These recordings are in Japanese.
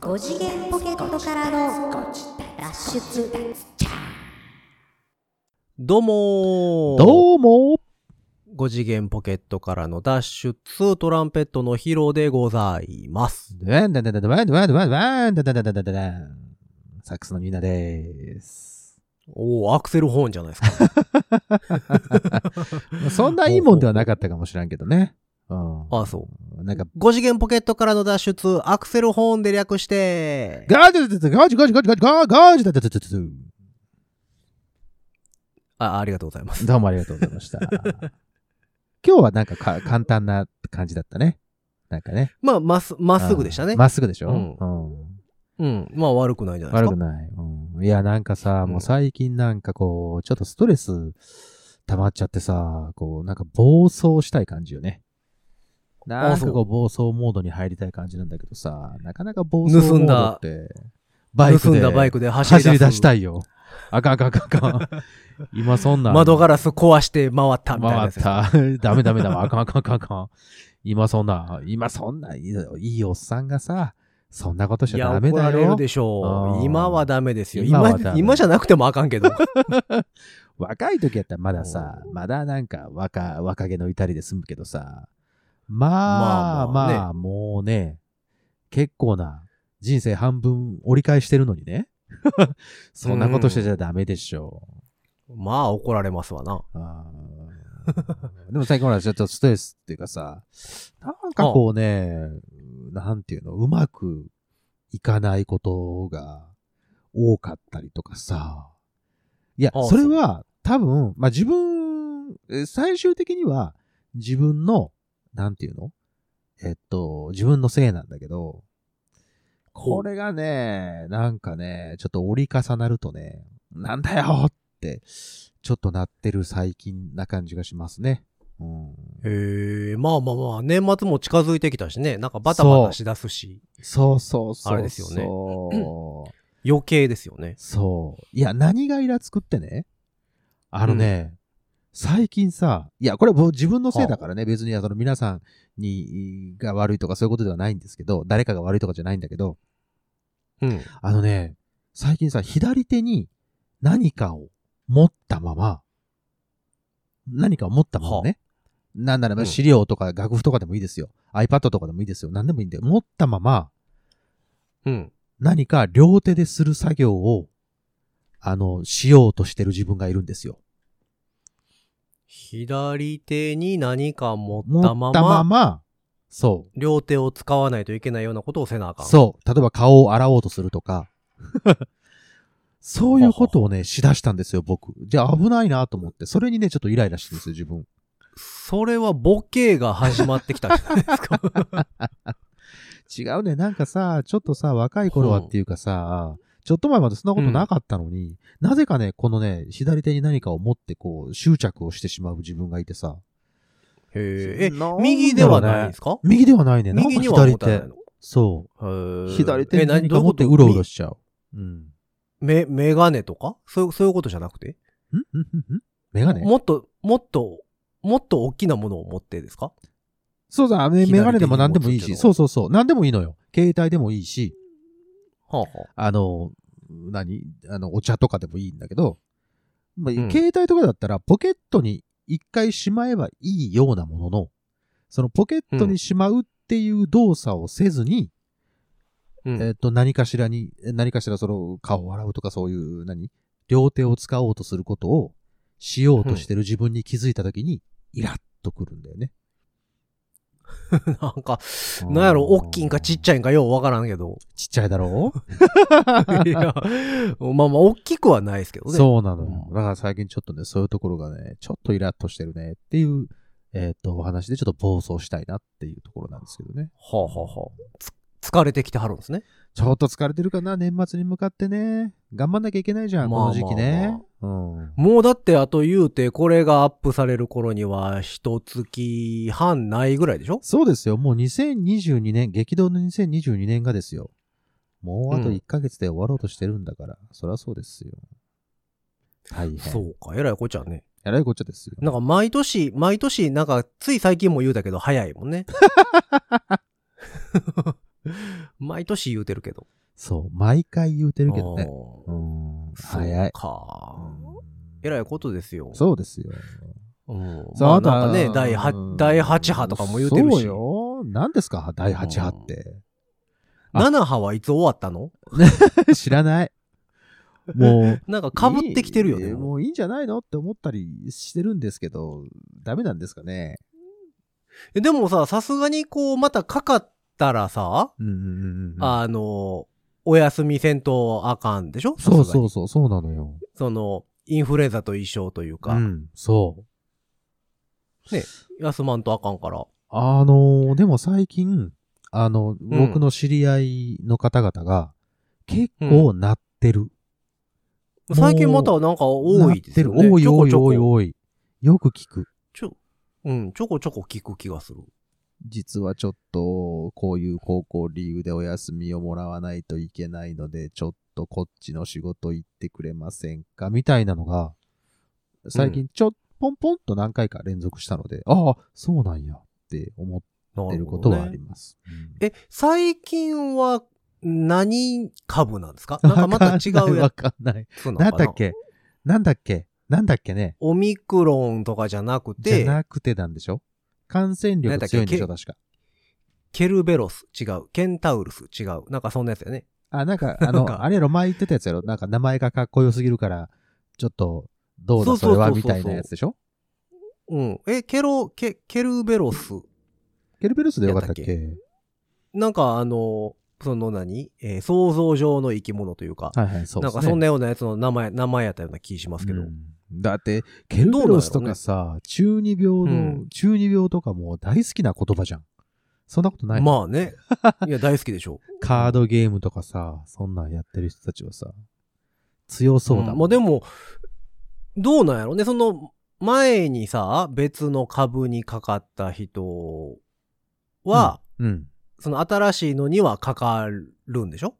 5次元ポケットからの脱出どうもーどうも五次元ポケットからの脱出、トランペットのヒロでございます。ダンダンダンダンダンダンダンダンダンダンダンダンダンダンサックスのニーナでーす。おおアクセルホーンじゃないですか。そんないいもんではなかったかもしらんけどね。うん。 あ、そなんか、う。五次元ポケットからの脱出、アクセルホーンで略して、ガージュダダダガージュガージュガージュガージュガージュダダダダダあ、ありがとうございます。どうもありがとうございました。今日はなんかか簡単な感じだったね。なんかね。まあ、まっす、まっすぐでしたねうん。まっすぐでしょうんうん。うん。まあ、悪くないんじゃないで悪すくか。ない。うん、いや、なんかさ、うんもう最近なんかこう、ちょっとストレス溜まっちゃってさ、こう、なんか暴走したい感じよね。なんかそこうう、暴走モードに入りたい感じなんだけどさ、なかなか暴走モ盗んードだって、バイクで、盗んだバイクで走り走出り出ししたたいよ。あかんあかんあかんあか ん。今そんなん。窓ガラス壊して回ったみたいな回やっつです。た。 ダメダメダメ。あかんあかんあかんあかん。今そんな、今そんな、いいよいいおっさんがさ、そんなことしいちや、ゃダメ怒だらよ。れるでしょうう。ん今はダメですよ。今今はダ、メ今じゃなくてもあかんけど。 若い時やったらまださ、まだなんか若、若気の至りで済むけどさ、まあまあ、まあまあねもうね、結構な人生半分折り返してるのにね。 そんなことしてちゃダメでしょまあ、怒られますわな。う。あーでも最近ほら、ちょっとストレスっていうかさ、なんかこうね、なんていうの、うまくいかないことが多かったりとかさ。いや、ああそれは多分、まあ、自分、え最終的には自分の、なんていうのえっと、自分のせいなんだけど、ほうこれがね、なんかね、ちょっと折り重なるとね、なんだよって、ちょっとなってる最近な感じがしますね。うん、へえ、まあまあまあ、年末も近づいてきたしね、なんかバタバタしだすし、そうそうそうそう。あれですよねね。余計ですよね。 そう。いや、何がイラつくってね。あのね、最近さ、いや、これもう自分のせいだからね、別にその皆さんにが悪いとかそういうことではないんですけど、誰かが悪いとかじゃないんだけど、うん。あのね、最近さ、左手に何かを持ったまま、何かを持ったままね、なんならうばん資料とか楽譜とかでもいいですよ。iPad とかでもいいですよ。何でもいいんで、持ったまま、うん。何か両手でする作業を、あの、しようとしてる自分がいるんですよ。左手に何か持持ったまま、ったまま、そ両手を使わないといけないようなことをせなあかう。ん。そう。例えば顔を洗おうとするとか。そういうことをね、しだしたんですよ、僕。じゃあ危ないなと思って。それにね、ちょっとイライラしてるんですよ、自分。それはボケが始まってきたじゃないです か。違うね、なんかさ、ちょっとさ、若い頃はっていうかさ、ちょっと前までそんなことなかったのに、なぜかね、このね、左手に何かを持ってこう、執着をしてしまう自分がいてさ。へえ、えなんだろうね右ではないんですか、右ではないね、なん右かには持左たない手。のそう。へえ左手えに何何どかういう持こってとうろうろしちゃう。うん。め、メガネとかそう、そういうことじゃなくて、んんんんメガネもっと、もっと、もっと大きなものを持ってですかそうだ、左メ手にメガネでも何でもいい持つけし、どそうそうそう、何でもいいのよ。携帯でもいいし、はあ、はあ、あの、何あの、お茶とかでもいいんだけど、まあうん携帯とかだったらポケットに一回しまえばいいようなものの、そのポケットにしまうっていう動作をせずに、うんえっと、何かしらに、え何かしらその顔を洗うとかそういう、何両手を使おうとすることをしようとしてる自分に気づいたときに、イラッとくるんだよね。なんか、なんやろ、おっきいんかちっちゃいんかようわからんけ ど。ちっちゃいだろういや、まあまあ、大きくはないですけどね。そうなのよう。だから最近ちょっとね、そういうところがね、ちょっとイラッとしてるねっていう、えっと、お話でちょっと暴走したいなっていうところなんですけどね。はあ、はあはあ、つ疲れてきてはるんですね。ちょっと疲れてるかな年末に向かってね。頑張んなきゃいけないじゃん、こまあの時期ね。うん。もうだって、あと言うて、これがアップされる頃には、一月半ないぐらいでしょそうですよ。もう2022年、激動の2022年がですよ。もうあとうん1ヶ月で終わろうとしてるんだから、そりゃそうですよ。大変。そ。うか、えらいこっちゃね。やらいこっちゃですよ。なんか、毎年、 毎年、なんか、つい最近も言うたけど、早いもんね。毎年言うてるけど。そう、毎回言うてるけどね。おうーん、そう早い。か。うんえらいことですよ。そうですよ。うん。そうまあとはなんかね、第うん8、第8波とかも言うてるそうし。よ。何ですか第8波って。 7波はいつ終わったの 知らない。もう。なんか 被ってきてるよいいね。もういいんじゃないのって思ったりしてるんですけど、ダメなんですかね。えでもさ、さすがにこう、またかかったらさ、うんうんうんうん。あの、お休みせんとあかんでしょそうさすがそうにそう、そうなのよ。その、インフルエンザと一緒というか、うん、そう。休まんとあかんから。あのーでも最近、あの、ん僕の知り合いの方々が、結構なってる。う最近またなんか多いですよなってね。る。多い、多い、ちょこ多ちい、ょこ多い。よく聞く。ちょ、うん、ちょこちょこ聞く気がする。実はちょっと、こういう高校理由でお休みをもらわないといけないので、ちょっとこっちの仕事行ってくれませんかみたいなのが、最近ちょ、ポンポンと何回か連続したので、ああ、そうなんやって思っなてるるこほとどねはあります。うんえ、最近は何株なん ですかなんかまた違うわやかんない。つなのかななんだっけなんだっけなんだっけねオミクロンとかじゃなくじて、ゃなくてなんでしょ感染なんだ力っけ強いんでしょ確か。ケルベロス違う。ケンタウルス違う。なんかそんなやつだよね。あ、なんか、あなんの、かあれやろ、前言ってたやつやろなんか名前がかっこよすぎるから、ちょっと、どそうだうそそうそうそれうはみたいなやつでしょうん。え、ケロ、ケ、ケルベロス。ケルベルスでよかったっやったけなんかあの、その何えー想像上の生き物というか、はいはい、そうなんかそんなようなやつの名前、名前やったような気しますけど。うんだって、ケルベロスとかさ、中二病うの、中二病とかも大好きな言葉じゃん。そんなことないまあ ね。いや、大好きでしょう。カードゲームとかさ、そんなんやってる人たちはさ、強そうだもん。んまあでも、どうなんやろね。その、前にさ、別の株にかかった人は、うん。その新しいのにはかかるんでしょ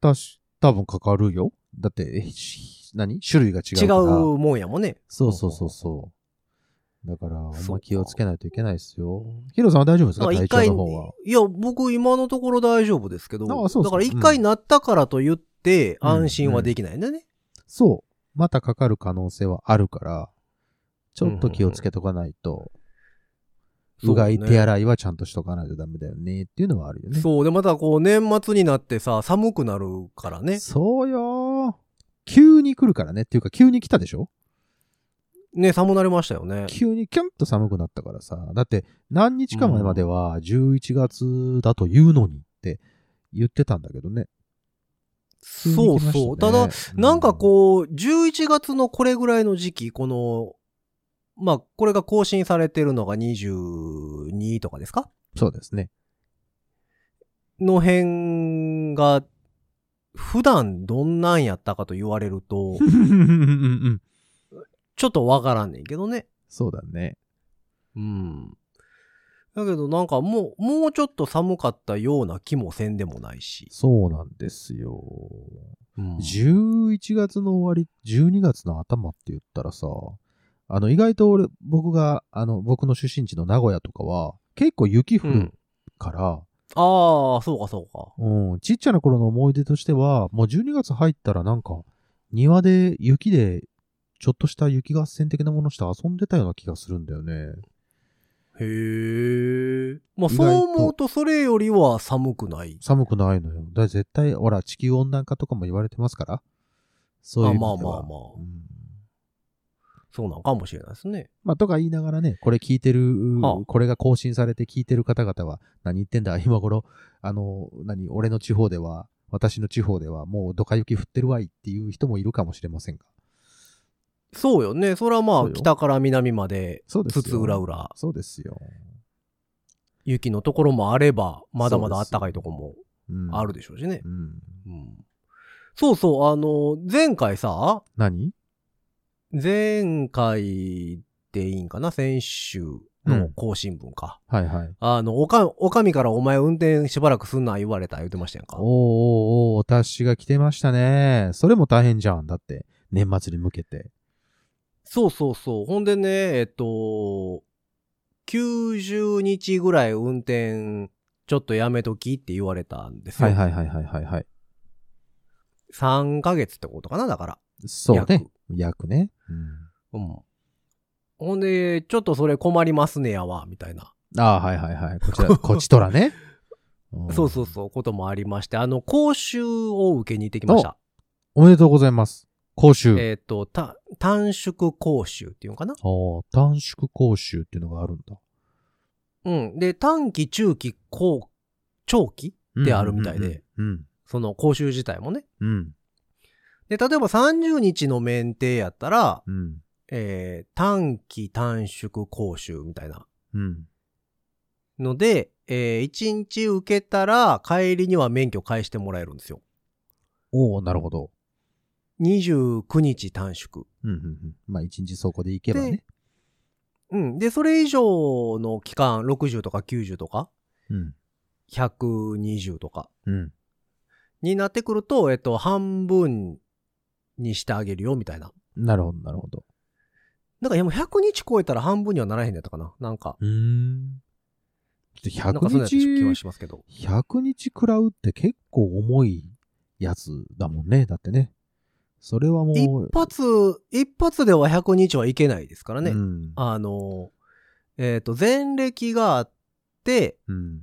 たし、多分かかるよ。だって、えし何種類が違う違から。うもんやもんね。そうそうそうそう。だから、あんそうまか気をつけないといけないですよ。ヒロさんは大丈夫ですかなんか体一回、調の方は。いや、僕今のところ大丈夫ですけど、あそうそうだから一回なったからと言って、うん安心はできないんだよね。そう。またかかる可能性はあるから、ちょっと気をつけとかないと、うがい、そうね手洗いはちゃんとしとかないとダメだよねっていうのはあるよね。そう。で、またこう、年末になってさ、寒くなるからね。そうよー急に来るからね。っていうか、急に来たでしょね、寒なりましたよね。急にキュンと寒くなったからさ、だって何日か前までは11月だというのにって言ってたんだけどね。そうそう。ただ、なんかうこう、11月のこれぐらいの時期、この、まあ、これが更新されてるのが22とかですかん、そうですね。の辺が、普段どんなんやったかと言われる と、ちょっとわからんねんけどね。そうだね。うん。だけどなんかもう、もうちょっと寒かったような気もせんでもないし。そうなんですよ。うん11月の終わり、12月の頭って言ったらさ、あの、意外と俺、僕が、あの、僕の出身地の名古屋とかは、結構雪降うるんから、ああ、そうかそうか。うん、ちっちゃな頃の思い出としては、もう12月入ったらなんか、庭で雪で、ちょっとした雪合戦的なものして遊んでたような気がするんだよね。へえ。まあ意そう外と思うとそれよりは寒くない。寒くないのよ。だから絶対、ほら、地球温暖化とかも言われてますから。そういう意味では。あまあまあまあうんそうなんかもしれないですね。まあ、とか言いながらね、これ聞いてる、はあこれが更新されて聞いてる方々は、何言ってんだ、 今頃、あの、何、俺の地方では、私の地方では、もうドカ雪降ってるわいっていう人もいるかもしれませんが。そうよね。それはまそあうよ北から南まで、そうですよ。つつ裏裏、そうですよ。雪のところもあれば、まだまだ暖かいとこもうんあるでしょうしねう。ん。うん。そうそう、あの、前回さ、何前回でいいんかな先週の更新分か。はいはい。あの、おか、おかみからお前運転しばらくすんな言われた言ってましたやんか。おーおーおー、お達しが来てましたね。それも大変じゃん。だって、年末に向けて。そうそうそう。ほんでね、えっと、90日ぐらい運転ちょっとやめときって言われたんですよ。はいはいはいはいはいはい。 3ヶ月ってことかな、だから。そうね。役ね。うん。ほんで、ちょっとそれ困りますねやわ、みたいな。ああ、はいはいは い。こちら、こちとらね。んそうそうそう、こともありまして、あの、講習を受けに行ってきました。おめでとうございます。講習。えっ、と、た、短縮講習っていうのかなああ、短縮講習っていうのがあるんだ。うん。で、短期、中期、後、長期であるみたいで、うん。その講習自体もね。うん。で、例えば30日の免停やったら、うん。えー短期短縮講習みたいなうん。ので、え1日受けたら帰りには免許返してもらえるんですよ。おおなるほど。 29日短縮。うんうんうん。まあ、一日そこで行けばでね。うん。で、それ以上の期間、60とか90とか、うん。 120とか、うん。になってくると、えっと、半分にしてあげるよ、みたいな。なるほど、なるほど。なんか、いやもう100日超えたら半分にはならへんやったかな。なんか、うーん。なんかそんな100やつ気は日、しますけど。 100日食らうって結構重いやつだもんね。だってね。それは一もう。発、一発では100日はいけないですからね。うん。あの、えっ、と、前歴があって、うん。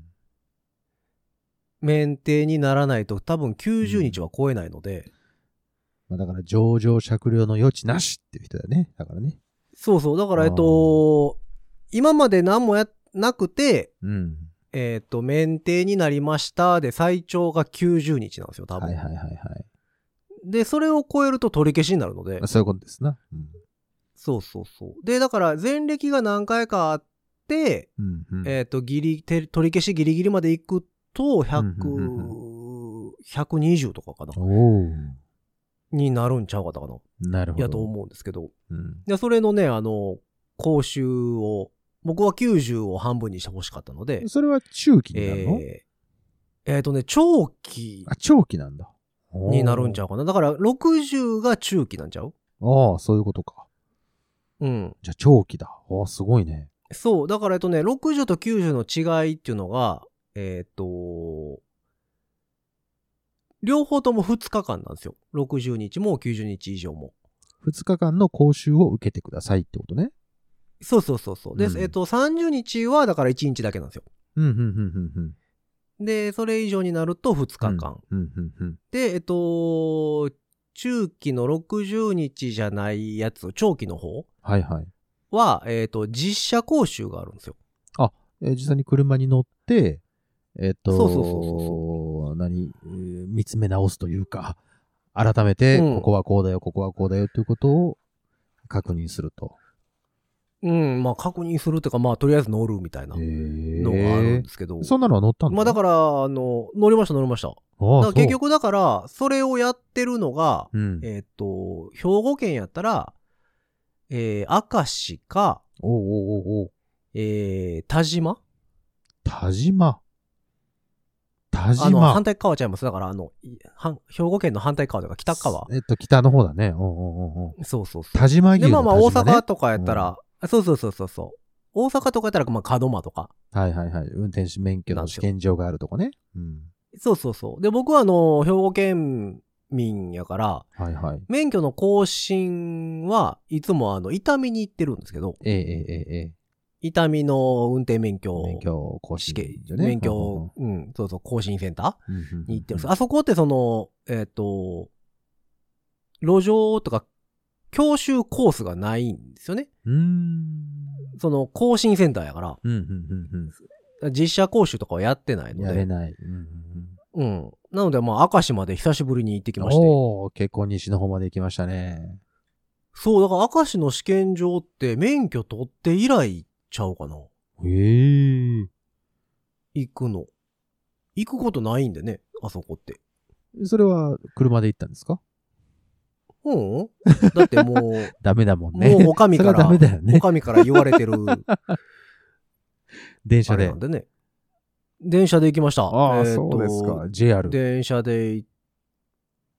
免停にならないと多分90日は超えないので、まあ、だから、上場酌量の余地なしっていう人だね。だからね。そうそう。だから、えっと、今まで何もや、なくて、うん。えっ、と、免停になりましたで、最長が90日なんですよ、多分。はいはいはいはい。で、それを超えると取り消しになるのでまあ、そういうことですな。うん。そうそうそう。で、だから、前歴が何回かあって、うんうんえっ、と、ギリ、て取り消しギリギリまで行くと、うんうん100、120とかかな。おお。になるんちゃうかったかな。なるほど。やと思うんですけど。うん。で、それのね、あの、講習を、僕は90を半分にしてほしかったので、それは中期になるの、えー、えーとね、長期あ、長期なんだ。になるんちゃゃうかな。だから、60が中期なんちゃうああ、そういうことか。うん。じゃあ長期だ。ああ、すごいね。そう。だから、えっとね、60と90の違いっていうのが、えっ、と、両方とも2日間なんですよ。60日も90日以上も。 2日間の講習を受けてくださいってことね。そうそうそうそう。で、うんえっと、30日はだから1日だけなんですよ。うん、うん、うん、うん、うん。で、それ以上になると2日間。うん、うん、うん。で、えっと、中期の60日じゃないやつ、長期の方はいはい。は、えっと、実車講習があるんですよ。えー実際に車に乗って、えっ、と、そうそうそう何、えー見つめ直すというか、改めて、うんここはこうだよ、ここはこうだよということを確認すると。うん、まあ確認するというか、まあとりあえず乗るみたいなへのがあるんえですけど。そんなのは乗ったんだ。まあだから、あの、乗りました乗りました。あだあから結そう局だから、それをやってるのが、うん。えっと、兵庫県やったら、えー、明石か、おうおうおうおうえー、田島田島。田あの、島。反対側ちゃいます。だから、あの、い反兵庫県の反対側というか北側。えっと、北の方だね。おうおうおうおうそうそうそう。田島牛で、のまあまあ大田島ね阪とかやったら、そうそうそうそうそう。大阪とかやったら、まあ門真とか。はいはいはい。運転手免許の試験場があるとこね。うん。そうそうそう。で、僕はあの、兵庫県民やから、はいはい。免許の更新はいつもあの、伊丹に行ってるんですけど、ええええええ。伊丹の運転免許免許更試新験、所ね。免許、うん、そうそう、更新センタうんうんうんーに行ってるんです。ああそこってその、えっ、と、路上とか、教習コースがないんですよね。うーん。その、更新センターやかうんうんうんら、実車講習とかはやってないうん。のやでれ、ない。うんうんうん。なので、まあ、明石まで久しぶりに行ってきうんまして。おお結構西の方まで行きましたね。そう、だから明石の試験場って免許取って以来ちゃうかな。へえ。行くの。行くことないんでね、あそこって。それは車で行ったんですかうんだってもう、 ダメだもんね。もうお上そかれはダら、メだよおね。上から言われて る、電車あれでなん。でね。電車で行きました。ああ、えーそとうですか。JR。電車で行っ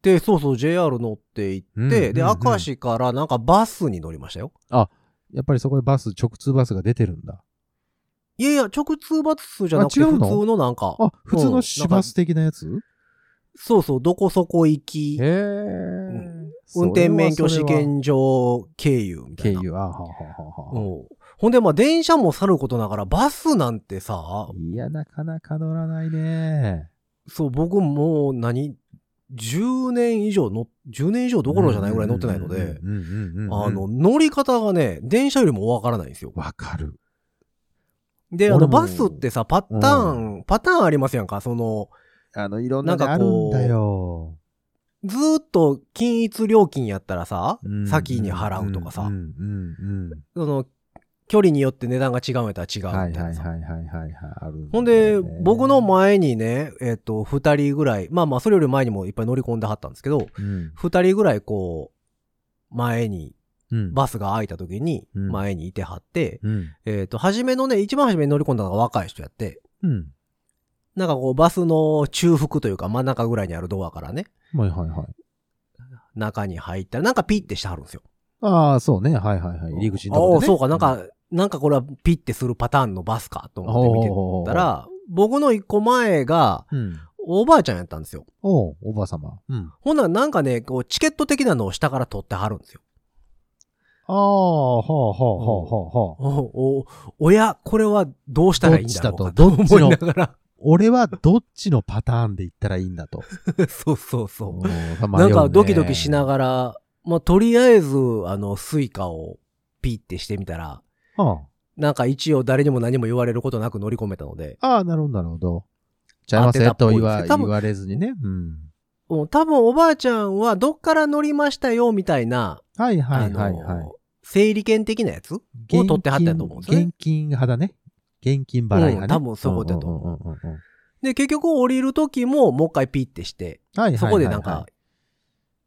て、そうそう、JR 乗って行うんうっんうて、んで、明石からなんかバスに乗りましたよ。やっぱりそこでバス、直通バスが出てるんだ。いやいや、直通バスじゃなくて、あ違う普の通のなんか、あ、普通うんの市バス的なやつそうそう、どこそこ行きへ、え。運転免許試それは験場経由みた経いな。由、あはははうはは。んほんで、まあ、電車もさることながら、バスなんてさ、いや、なかなか乗らないね。そう、僕もう何、10年以上の、10年以上どころじゃないぐらい乗ってないので、うんうんうんうんうんあの、、乗り方がね、電車よりもわからないんですよ。わかる。で、あ俺の、もバスってさ、パターン、パターンありますやんか。その、あの、いろんなのあなのあるるんんだだよ。ずーっと均一料金やったらさ、先に払うとかさうん、うんうん。その、距離によって値段が違うんやったら違うみたいなさ。はいはいはいはいはいはい。あるほんで、僕の、前にね、えっ、と、二人ぐらい、まあまあ、それより前にもいっぱい乗り込んではったんですけど、うん二人ぐらいこう、前に、うん、バスが空いた時に、うん前にいてはって、うん。えっ、と、初めのね、一番初めに乗り込んだのが若い人やって、うん。なんかこう、バスの中腹というか真ん中ぐらいにあるドアからね、はいはいはい。中に入ったら、なんかピッてしてはるんですよ。ああ、そうね。はいはいはい。入り口のとおこーで、ね。そうか、なんか、なんかこれはピッてするパターンのバスかとうん、思って見て見た、ら、僕の一個前が、うん。おばあちゃんやったんですよ。おうおばあ様。うん。ほんならなんかね、こう、チケット的なのを下から取ってはるんですよ。ああ、はあはあはあはあはあ。お、お、おや、これはどうしたらいいんだろうかとどっちだと思いながら。 俺はどっちのパターンで行ったらいいんだと。そうそうそおうう。なんかドキドキしなががら、まあ、とりあえず、あの、スイカをピッてしてみたら、ら。はなんか一応誰にも何も言われることなく乗り込めたので、あ、ああ、なるほどなるほど。ちゃいませ当てたっんぽとい言でわすね多分言われずにね。うん。もう多分おばあちゃんはどっから乗りましたよみたいな、はいはいあはいの、はい。整理券的なやつを取ってはったと思うんですよね現。金派だね。現金払い派ね。うん多分そういうことだと思思う。んうんうんうんで、結局降りる時ももう一回ピッてして、はいはいはいはいそこでなんか、、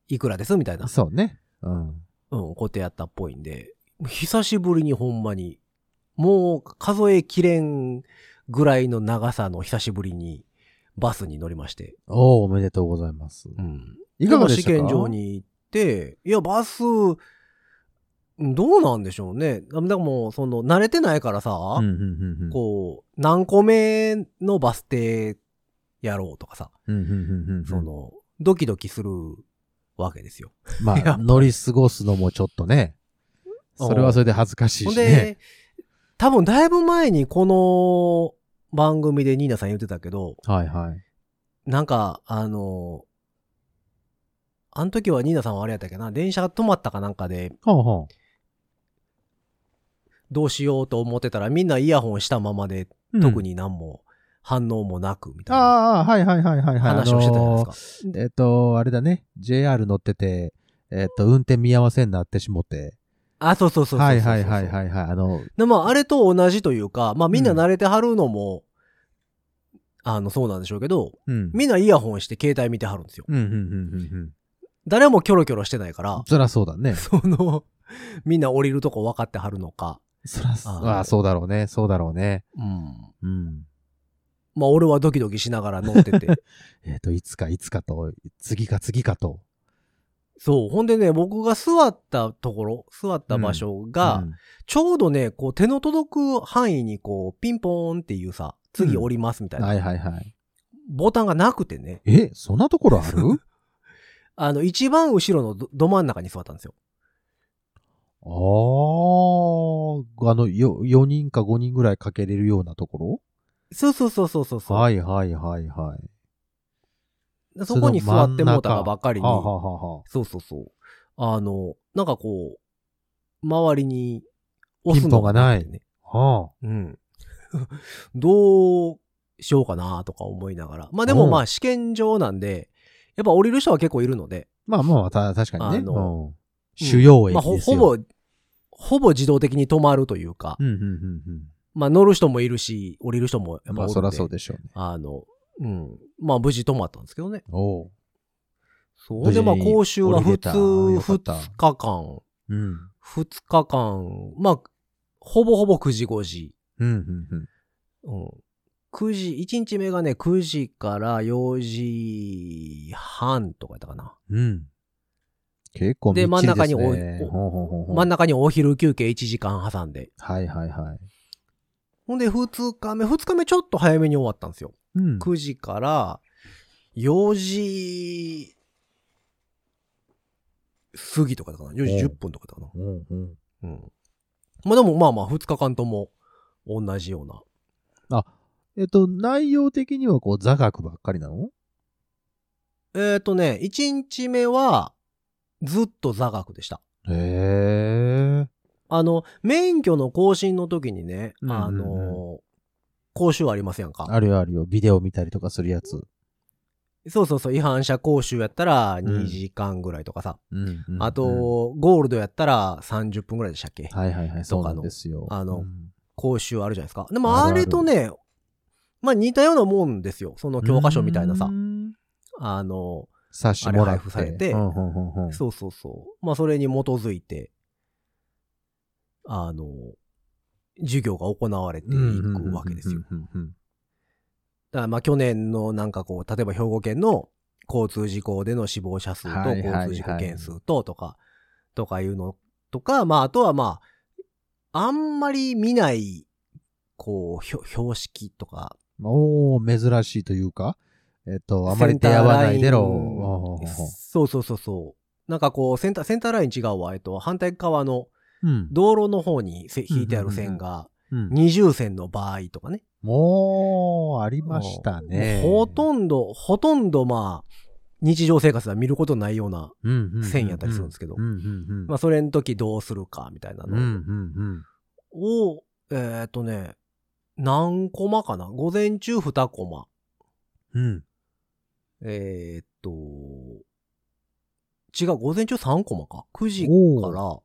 いくらですみたいな、そうね。うん。うん、ことやったっぽいんで、久しぶりにほんまに、もう数えきれんぐらいの長さの久しぶりにバスに乗りまして、おーおめでとうございます。うん。いかがでしたか試験場。に行って、いや、バス、どうなんでしょうね。だからもう、その、慣れてないからさ、うんうんうんうん。こう、何個目のバス停やろうとかさ、うんうんうんうんうんその、ドキドキするわけですよ。まやっぱあ、乗り過ごすのもちょっとね。それはそれで恥ずかしいほんしね。で、多分だいぶ前にこの番組でニーナさん言ってたけど、はいはい。なんか、あの、あの時はニーナさんはあれやったっけな、電車が止まったかなんかでほうほどうしようと思ってたらみんなイヤホンしたままでう。うん特。に何も反応もなくみたいなああ、はいはいはいはいはい。話をしてたじゃないか。ですか。えっと、あれだね。JR 乗ってて、えっと、運転見合わせになってしもて。あ、そうそうそうそうそうそう。はいはいはいはいはい。あの、で、まあ、あれと同じというか、まあ、みんな慣れてはるのも、あの、そうなんでしょうけど、うん。みんなイヤホンして携帯見てはるんですよ。うんうんうんうんうん。誰もキョロキョロしてないから、そらそうだ ね。その、みんな降りるとこ分かってはるのか。そら、あーああー、そうだろうね。そうだろうね。うん。うん。まあ、俺はドキドキしながら乗 ってて。えっ、と、いつかいつかと、次か次かと。そう。ほんでね、僕が座ったところ、座った場所が、うんちょうどね、こう、手の届く範囲に、こう、ピンポーンっていうさ、次降りますみたいな、はいはいはい。ボタンがなくてね、え、そんなとこ ろあるあの、一番後ろのどど真ん中に座ったんですよ。ああ、あの、よ、4人か5人ぐらいかけれるようなとこそうそうそうそうそうそろう。はいはいはいはい。でそこに座ってもうたがばっかりに、はあ、はあはあはそうそうそう。あの、なんかこう、周りに押ピすンポのンがないくてね。あ、はあ。うん。 どうしようかなとか思いながら。まあでもまあ試験場なんで、やっぱ降りる人は結構いるので、まあまあ、た、確かにね。あのうん主要まあ駅ほですほよ、ぼ、ほぼ自動的に止まるというか、うん、うん、うん、うん。まあ乗る人もいるし、降りる人もやっぱまおるあ、んで、そらそうでしょうね。あの、うん。まあ無事止まったんですけどね。おう。そう。でまあ無事に講習は降り普れ通たよかった2日間。うん。 2日間、まあ、ほぼほぼ9時5時。うん、うん、うん。うん。9時、1日目がね、9時から4時半とかやったかな。うん。結構みでっちりで真すね。ん中に置いほうほうほうほう真ん中にお昼休憩1時間挟んで。はいはいはい。ほんで、2日目、2日目ちょっと早めに終わったんですよ。うん。 9時から4時過ぎとかだかな。4時10分とかだかな。うんうん。うん。まあでもまあまあ2日間とも同じような。あ、えっと、内容的にはこう、座学ばっかりなのえっ、とね、1日目はずっと座学でした。へえ。あの、免許の更新の時にね、うんうんうんあの講習ありますやんか。あるよあるよ。ビデオ見たりとかするやつ。そうそうそう、違反者講習やったら2時間ぐらいとかさ。うんうんうんあと、、ゴールドやったら30分ぐらいでしたっけはいはいはい、そうなんですよ。あのうん講習あるじゃないですか。でもあるああるれとね、まあ似たようなもんですよ。その教科書みたいなさう、んあの、冊子もらあれっ配て。布されてうんうんうんうんそうそうそう。まあそれに基づいて、あの、授業が行われていくわけですよ。だかうんうんうんらまあ去年のなんかこう、例えば兵庫県の交通事故での死亡者数とはいはいはい交通事故件数ととか、とかいうのとか、まああとはまあ、あんまり見ない、こう、ひょ標識とか、うんおお珍しいというか、えっと、あまり出会わないでろ。おーおーおーそうそうそうそう。なんかこう、センター、センターライン違うわ。えっと、反対側のうん。道路の方にせうん引いてある線が、うん二重線の場合とかね。もう、ありましたね。もうほとんど、ほとんどまあ、日常生活では見ることないような、ん線やったりするんですけどうんうんうん。まあ、それの時どうするか、みたいなうんうんのうん。を、えっとね、何コマかな午前中2コマ。うん。えーっと、違う、午前中3コマか。9時おーから、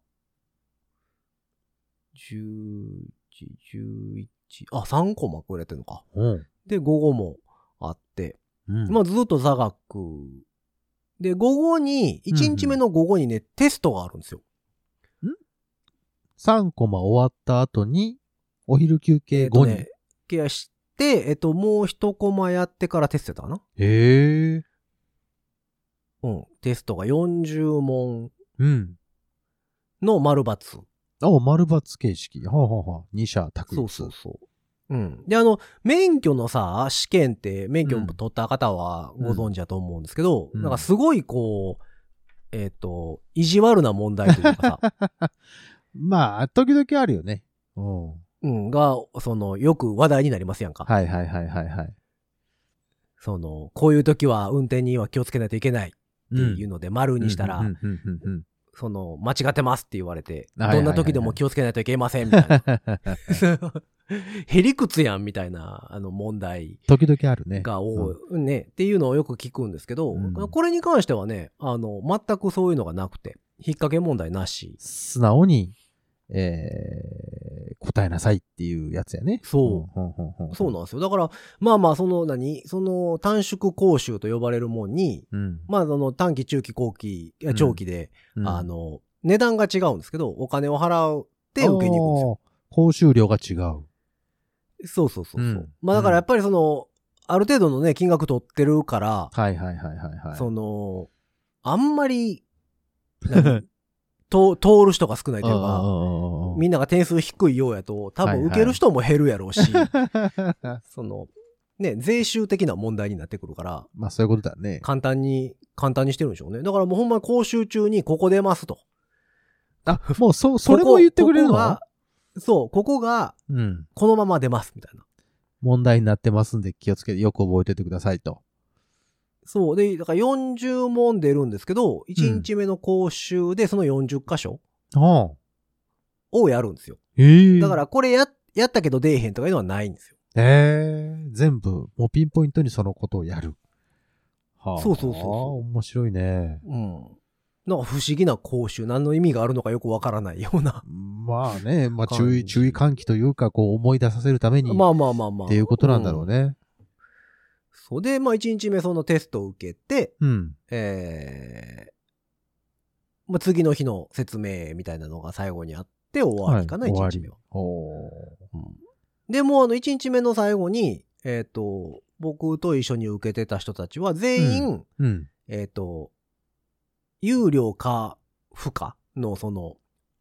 10時、11あ、3コマくれてんのか。うん。で、午後もあって、うんまあずっと座学。で、午後に、んうん1日目の午後にね、テストがあるんですよ。 3コマ終わった後に、お昼休憩後に。えっとね、ケアして、えっと、もう1コマやってからテストやったかなへえ。うん。テストが40問うん。の丸×。あ、丸抜形式。はあ、はあはあ、二者択一。そうそうそう。うん。で、あの、免許のさ、試験って、免許も取った方はご存知だと思うんですけど、うんなんかすごいこう、えっ、と、意地悪な問題という かさ、まあ、時々あるよね。うん。はうん、が、その、よく話題になりますやんか。いはいはいはいはい。その、こういう時は運転には気をつけないといけないっていううので、丸風にしたら、うんうんうんうんうん。その、間違ってますって言われて、はいはいはいどんな時でも気をつけないといけませんみたいな。へりくつやんみたいな、あの、問題。 時々あるね。が多いうん、ね、っていうのをよく聞くんですけど、うんこれに関してはね、あの、全くそういうのがなくて、引っ掛け問題なし。素直に、えー、答えなさいっていうやつやね。そうん。うんうんうんそうなんですよ。だから、まあまあ、その何、その短縮講習と呼ばれるもんに、うん。まあ、その短期、中期、後期、いやうん長期で、うんあ、の、値段が違うんですけど、お金を払って受けに行くんですよ。あー講習料が違う。そうそうそうそう。うんまあ、だからやっぱりその、ある程度のね、金額取ってるから、はいはいはいはいはい。その、あんまり、何と通る人が少ないというか、うんみんなが点数低いようやと、多はいは分い受ける人も減るやろうし、な。 その、ね、税収的な問題になってくるから、 まあそういうことだね。簡単に、簡単にしてるんでしょうね。だからもうほんまに講習中にここ出ますと。あ、もうそ、それも言ってくれるここのがそう、ここがうん。このまま出ますみたいな。問題になってますんで気をつけてよく覚えておいてくださいと。そう。で、だから40問出るんですけど、1日目の講習でその40箇所ああ。をやるんですよ。ええだからこれや、やったけど出えへんとかいうのはないんですよ。ええ全部、もうピンポイントにそのことをやる。はそうそうそうそう面白いね。うん。なんか不思議な講習、何の意味があるのかよくわからないような。まあね、まあ感じ注意、注意喚起というか、こう思い出させるために、まあまあまあまあ。っていうことなんだろうね。ね。そうで、まあ1日目そのテストを受けて、うん。えー、まあ次の日の説明みたいなのが最後にあって終わりかな、はい一終わ1り日目は。おーうんで、もうあの1日目の最後に、えっ、と、僕と一緒に受けてた人たちは全員、うん。えっ、と、有料か不可のその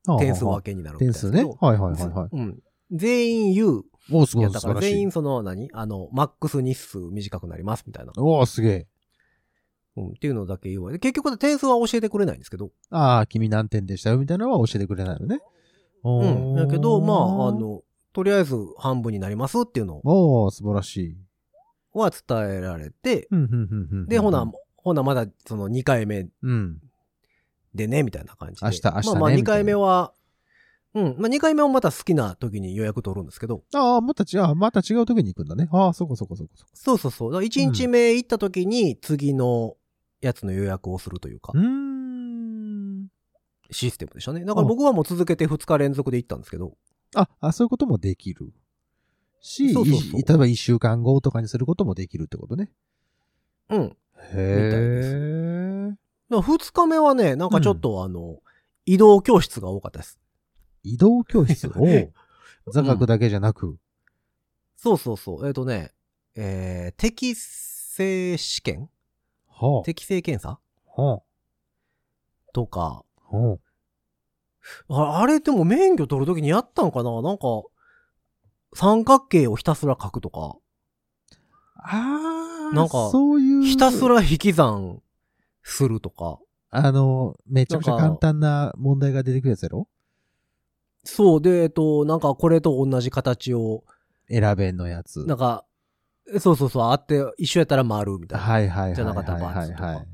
ああ点数分けになるみたいで点す数けね。どはいはいはいはい。うん。全員 U、おお、すいごい、や、素だか晴ららし全い員。その何、あの、マックス日数短くなりますみたいな。おお、すげえ。うん、っていうのだけ言うわ。で結局、点数は教えてくれないんですけど。ああ、君何点でしたよ、みたいなのは教えてくれないのね。う。うんだけど、まあ、あ、の、とりあえず半分になりますっていうのおお、素晴らしい。は伝えられて、うん、うん、うんうん。で、ほな、ほな、まだその2回目うん。でね、みたいな感じで。明日明日ねまあまあ2みた回いな目は、うん。まあ2回目もまた好きな時に予約取るんですけど。ああ、また違う、また違う時に行くんだね。ああ、そこそこそこそこ。そうそうそう。だから1日目行った時に次のやつの予約をするというかう、ーん。システムでしたね。だから僕はもう続けて2日連続で行ったんですけど。あ、あそういうこともできる。し、そうそうそうい例えば一週間後とかにすることもできるってことね。うん。みたいですへえ。だから2日目はね、なんかちょっとあの、移動教室が多かったです。移動教室を 座学だけじゃなく、そうそうそう。えっ、とね、えー、適正試験は適正検査あ、はとか、あ、はあ。ああれでも免許取るときにやったんかななんか、三角形をひたすら書くとか、ああ、なんかそういう、ひたすら引き算するとか、あの、めちゃくちゃなんか簡単な問題が出てくるやつやろそうで、えっと、なんかこれと同じ形を、選べんのやつ。なんか、そうそうそう、あって、一緒やったら丸みたいな。はいはいはいはいはいはい。じゃなかったらバツとかはい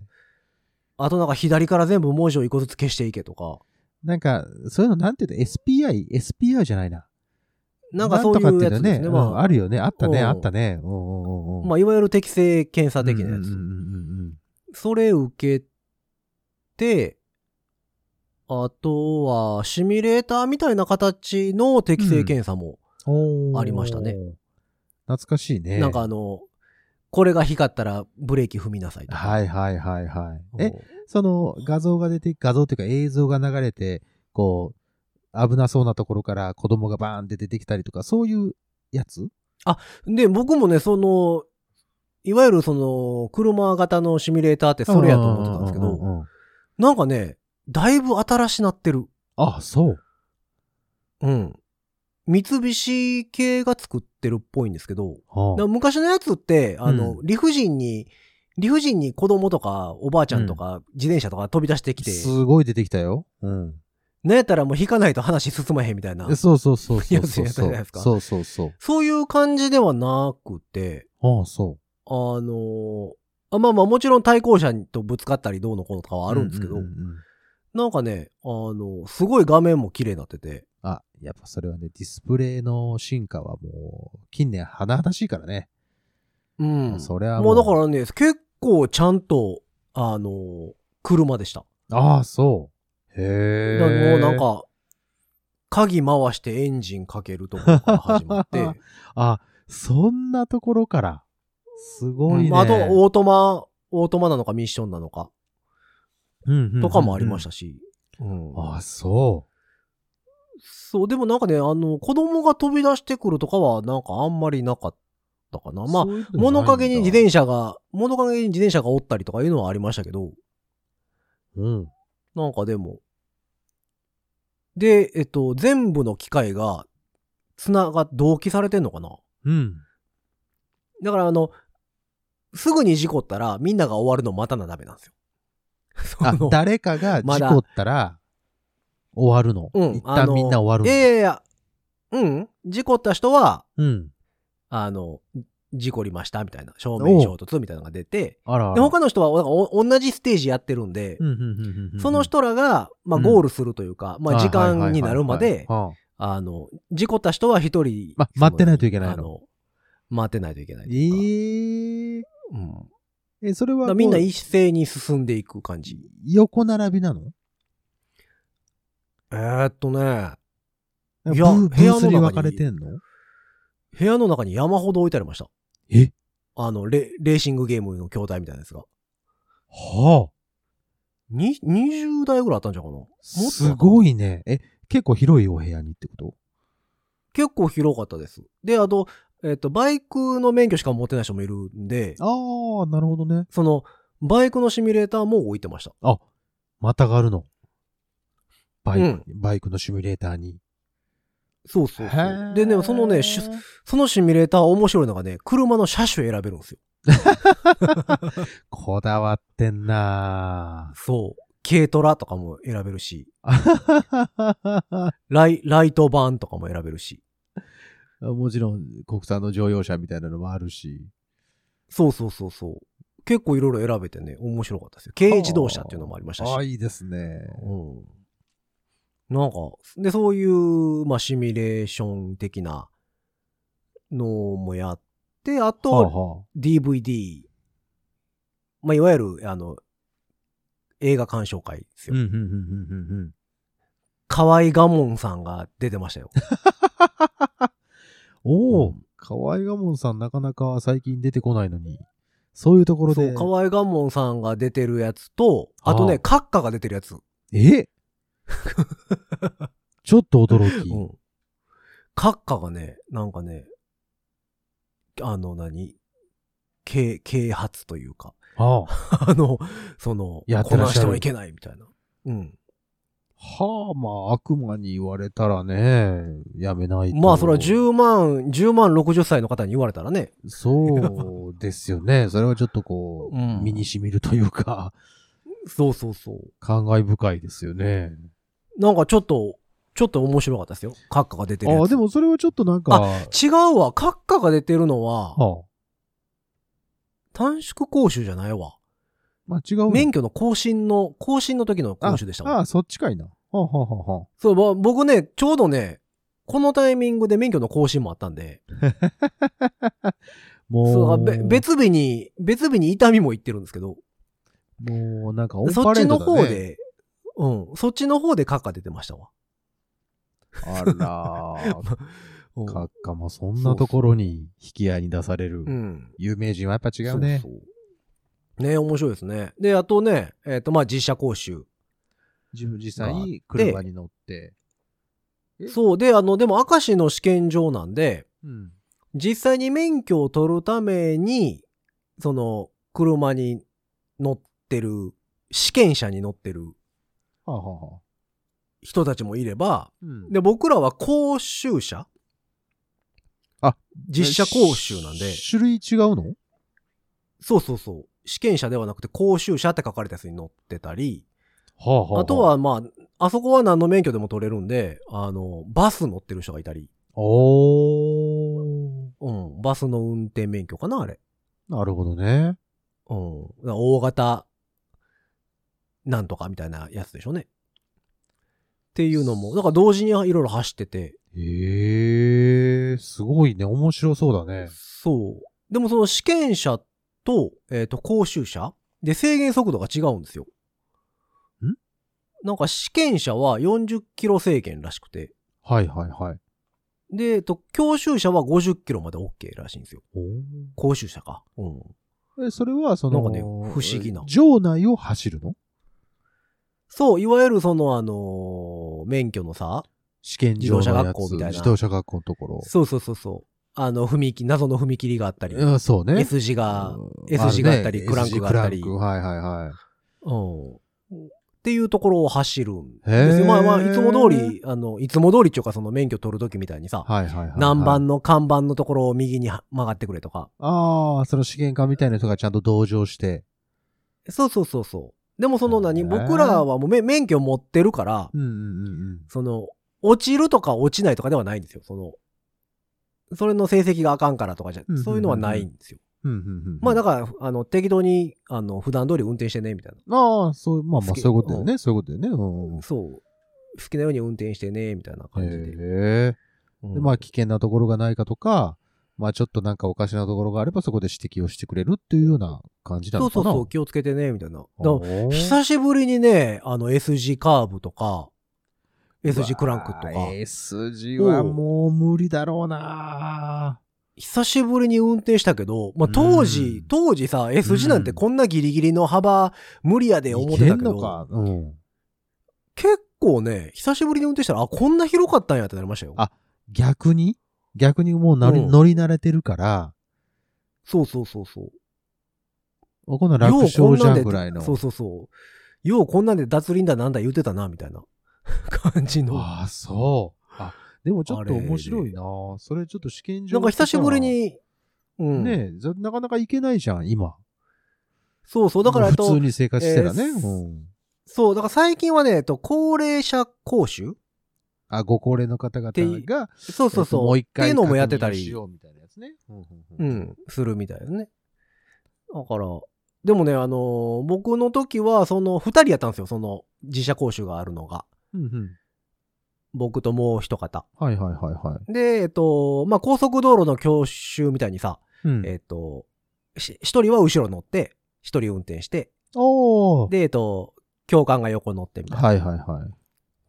あとなんか左から全部文字を一個ずつ消していけとか、なんか、そういうのなんていうの ?SPI?SPI じゃないな。なんかそういとっうてやのつですね。うんまあ、あるよね。あったね、うんあったね。うんうんうんうん。まあ、いわゆる適正検査で的きなやうんつ。うんうんうんそれ受けて、あとは、シミュレーターみたいな形の適正検査も、おーありましたね。懐かしいね。なんかあの、これが光ったらブレーキ踏みなさいとか。はいはいはいはい。え、こうその画像が出て、画像っていうか映像が流れて、こう、危なそうなところから子供がバーンって出てきたりとか、そういうやつで、僕もね、その、いわゆるその、車型のシミュレーターってそれやと思ってたんですけううど、んうんなんかね、だいぶ新しなってる。あ、そう。うん。三菱系が作ってるっぽいんですけど、はだから昔のやつって、あの、う理不尽に、理不尽に子供とかおばあちゃんとか自転車とか飛び出してきて、すごい出てきたよ。うん。なんやったらもう引かないと話進まへんみたいなえ、そうそうそ うそうやつそやうったじそゃないでう。すかそうそうそう。そういう感じではなくて、ああ、そう。あのあまあまあもちろん対向車とぶつかったりどうのこうのとかはあるんですけど、うううんうんなんかね、あの、すごい画面も綺麗になってて、あ、やっぱそれはね、ディスプレイの進化はもう、近年甚だしいからね。うん。それはもうだからね、結構ちゃんと、あの、車でした。ああ、そう。へえ。だからもうなん。か、鍵回してエンジンかけるところから始まって、 あ、そんなところから。すごいね。。うんあと、オートマ、オートマなのかミッションなのかとかもありましたたし。うんああ、そそう、でもなんかね、あの、子供が飛び出してくるとかは、なんかあんまりなかったかな。う。まあ、そういうのないんだ物陰に自転車が、物陰に自転車がおったりとかいうのはありましたけど、うん。なんかでも。で、えっと、全部の機械が、つなが、同期されてんのかなうん。だからあの、すぐに事故ったら、みんなが終わるの待たなダメなんですよ。 そあの、誰かがま事だ故ったら、終わるの。うん一あ旦のみんな終わるいの。やいやいや、うん、事故った人は、うん。あの、事故りましたみたいな、正面衝突みたいなのが出て、あらあで、ら。他の人はなんかお同じステージやってるんでう、んうんうんうんうんうんその人らが、まあ、ゴールするというか、まあ、時間になるまはいはいで、はいはいはいあの、事故った人は一人、まその待ってないといけないのあの、待ってないといけないというか。ええうんだえ、それからはこうみんな一斉に進んでいく感じ。横並びなのえーっとね、なんかいやブーブ部屋のース中にに分かれてんの部屋の中に山ほど置いてありました。えあの、レレーシングゲームの筐体みたいなやつが。はに、20台ぐらいあったんじゃうかな。あ。とすごいね。え、結構広いお部屋にってこと結構広かったです。で、あと、えっと、バイクの免許しか持ってない人もいるんで、ああ、なるほどね。その、バイクのシミュレーターも置いてました。あ、またがるの。バイク、うんバイクのシミュレーターに。そうそうそへう。ーでね、そのね、しそのシミュレーター面白いのがね、車の車種選べるんですよ。こだわってんなそう。軽トラとかも選べる し、ぁライライト版とかも選べるし。もちろん、国産の乗用車みたいなのもあるし。そうそうそうそう。結構いろいろ選べてね、面白かったですよ。軽自動車っていうのもありましたしあ。あ、いいですね。うん。なんか、で、そういう、まあ、シミュレーション的なのもやって、あはあと、は DVD、まあ、いわゆる、あの、映画鑑賞会ですあ、うよ。ん、うん、うん、うん、うんうん。河合我門さんが出てましたよ。おうお、河合我門さんなかなか最近出てこないのに、そういうところそう、で。河合我門さんが出てるやつと、あとあね、あ閣下が出てるやつ。え ちょっと驚き。うん。閣下がね、なんかね、あの何、啓、啓発というか、 はあ、あの、その、やってこらっなしゃるしてはいけないみたいな。うん。はあ、まあ、悪魔に言われたらね、やめないと。まあ、それは10万、10万60歳の方に言われたらね。そうですよね。それはちょっとこう、うん身に染みるとい うか、そうそうそう。感慨深いですよね。なんかちょっと、ちょっと面白かったですよ。閣下が出てるやあつ。あ、でもそれはちょっとなんか、違うわ。閣下が出てるのは、はあ、短縮講習じゃないわ。まあ違う。免許許の更新の、更新の時の講習でしたもあん。あ、そっちかいな。はあ、はあはあはそう、ぼ僕ね、ちょうどね、このタイミングで免許の更新もあったんで、あ、もう、そうべ別日に、別日に痛みも行ってるんですけど、もうなんかオンそパっレちードのだ、ね、方。で、うん、そっちの方で閣下出てましたわ。あらうんー、閣下もそんなところに引き合いに出されるう。ん。有名人はやっぱ違うねそ。うそうね面白いですね。で、あとね、えっ、と、まあ、実車講習。じ実際に車に乗って。えそう。で、あの、でも、明石の試験場なんで、うん。実際に免許を取るために、その、車に乗ってる、試験車に乗ってるはあ、はあはあ、人たちもいれば、うん。で、僕らは講習者あ、実車講習なんで、種類違うのそうそうそう。試験車ではなくて、講習者って書かれたやつに乗ってたり、はあはあと、は、まあ、あそこは何の免許でも取れるんで、あの、バス乗ってる人がいたり、おー。うん、バスの運転免許かな、あれ。なるほどね。うん、だから大型、なんとかみたいなやつでしょうね。っていうのも、だから同時にいろいろ走ってて、へえー、すごいね。面白そうだね。そう。でもその試験車と、えっ、と、講習車で制限速度が違うんですよ。んなんか試験車は40キロ制限らしくて、はいはいはい。で、えっと、教習車は50キロまで OK らしいんですよ。お講習車か。うん。え、それはその、なんかね不思議な場内を走るのそう、いわゆるその、あのー免許のさ、試験場のやつ自動車学校みたいな自動車学校のところ。そうそうそうそう。あの、踏切、謎の踏切があったり。うんそうね。 S 字が、うん S 字があったるり、ねクランクがあった S り字、クランクはいはいはい。うんっていうところを走るんへーですよ。まあまあ、いつも通り、あの、いつも通りっていうか、その免許取るときみたいにさ、はいはいはいはい。何番の看板のところを右には曲がってくれとか。ああ、その試験官みたいな人がちゃんと同乗して。そうそうそうそう。でもその何、へー僕らはもう免免許持ってるから、うんうんうんうん。その、落ちるとか落ちないとかではないんですよ。その、それの成績があかんからとかじゃうんうんうんう、んそういうのはないんですよ。うんうんうん。まあだから、あの、適当に、あの、普段通り運転してね、みたいな。ああ、そう、まあまあ、好きそういうことだよね。そういうことだよね。うんうん。そう。好きなように運転してね、みたいな感じで。へえ。うんで、まあ、危険なところがないかとか、まあ、ちょっとなんかおかしなところがあれば、そこで指摘をしてくれるっていうような感じなそのうかそな。うそう、気をつけてね、みたいな。だからおー久しぶりにね、あの、S 字カーブとか、S 字クランクとかうわ、ー S 字はもう無理だろうな久しぶりに運転したけど、まあ、当時うん、当時さ、S 字なんてこんなギリギリの幅、無理やで思いってけたんけのど、か。うん。結構ね、久しぶりに運転したら、あ、こんな広かったんやってなりましたよ。あ逆に逆にもう乗り,、うん乗り慣れてるから、そうそうそうそう。この楽ようこ勝んじなゃんでんぐらいの。そうそうそう。ようこんなんで脱輪だなんだ言ってたな、みたいな 感じの。ああ、そう。あ、でもちょっとあれで面白いなそれちょっと試験場なんか久しぶりに、うん。ねえ、ざなかなか行けないじゃん、今。そうそう。だから、えっ普と通、に生活してたらね。えーうん。そう、だから最近はね、えっと、高齢者講習あ、ご高齢の方々てが、そうそうそう。もう一っ回。ていうのもやってたり。しようみたいなやつね。うんう。ん、するみたいですね。だから、でもね、あのー僕の時は、その、二人やったんですよ、その、自社講習があるのが。うんうん。僕ともう一方。はいはいはいはい。で、えっと、まあ、高速道路の教習みたいにさ、うんえっと、し一人は後ろ乗って、一人運転して、おー。で、えっと、教官が横乗ってみたいなはいはいは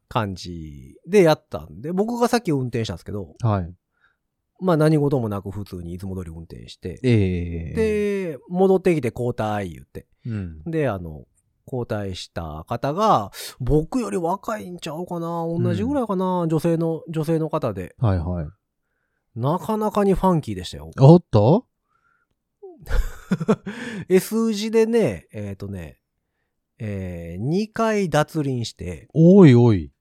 感じでやったんで、僕がさっき運転したんですけど、い。はい。まあ、何事もなく普通にいつも通り運転して、ええ。、で、戻ってきて交代言って、うん。で、あの、交代した方が、僕より若いんちゃうかな同じぐらいかな、女性の、女性の方で、はいはい。なかなかにファンキーでした よ。おっと S 字でね、えっ、とね、え2回脱輪して、 おいおい。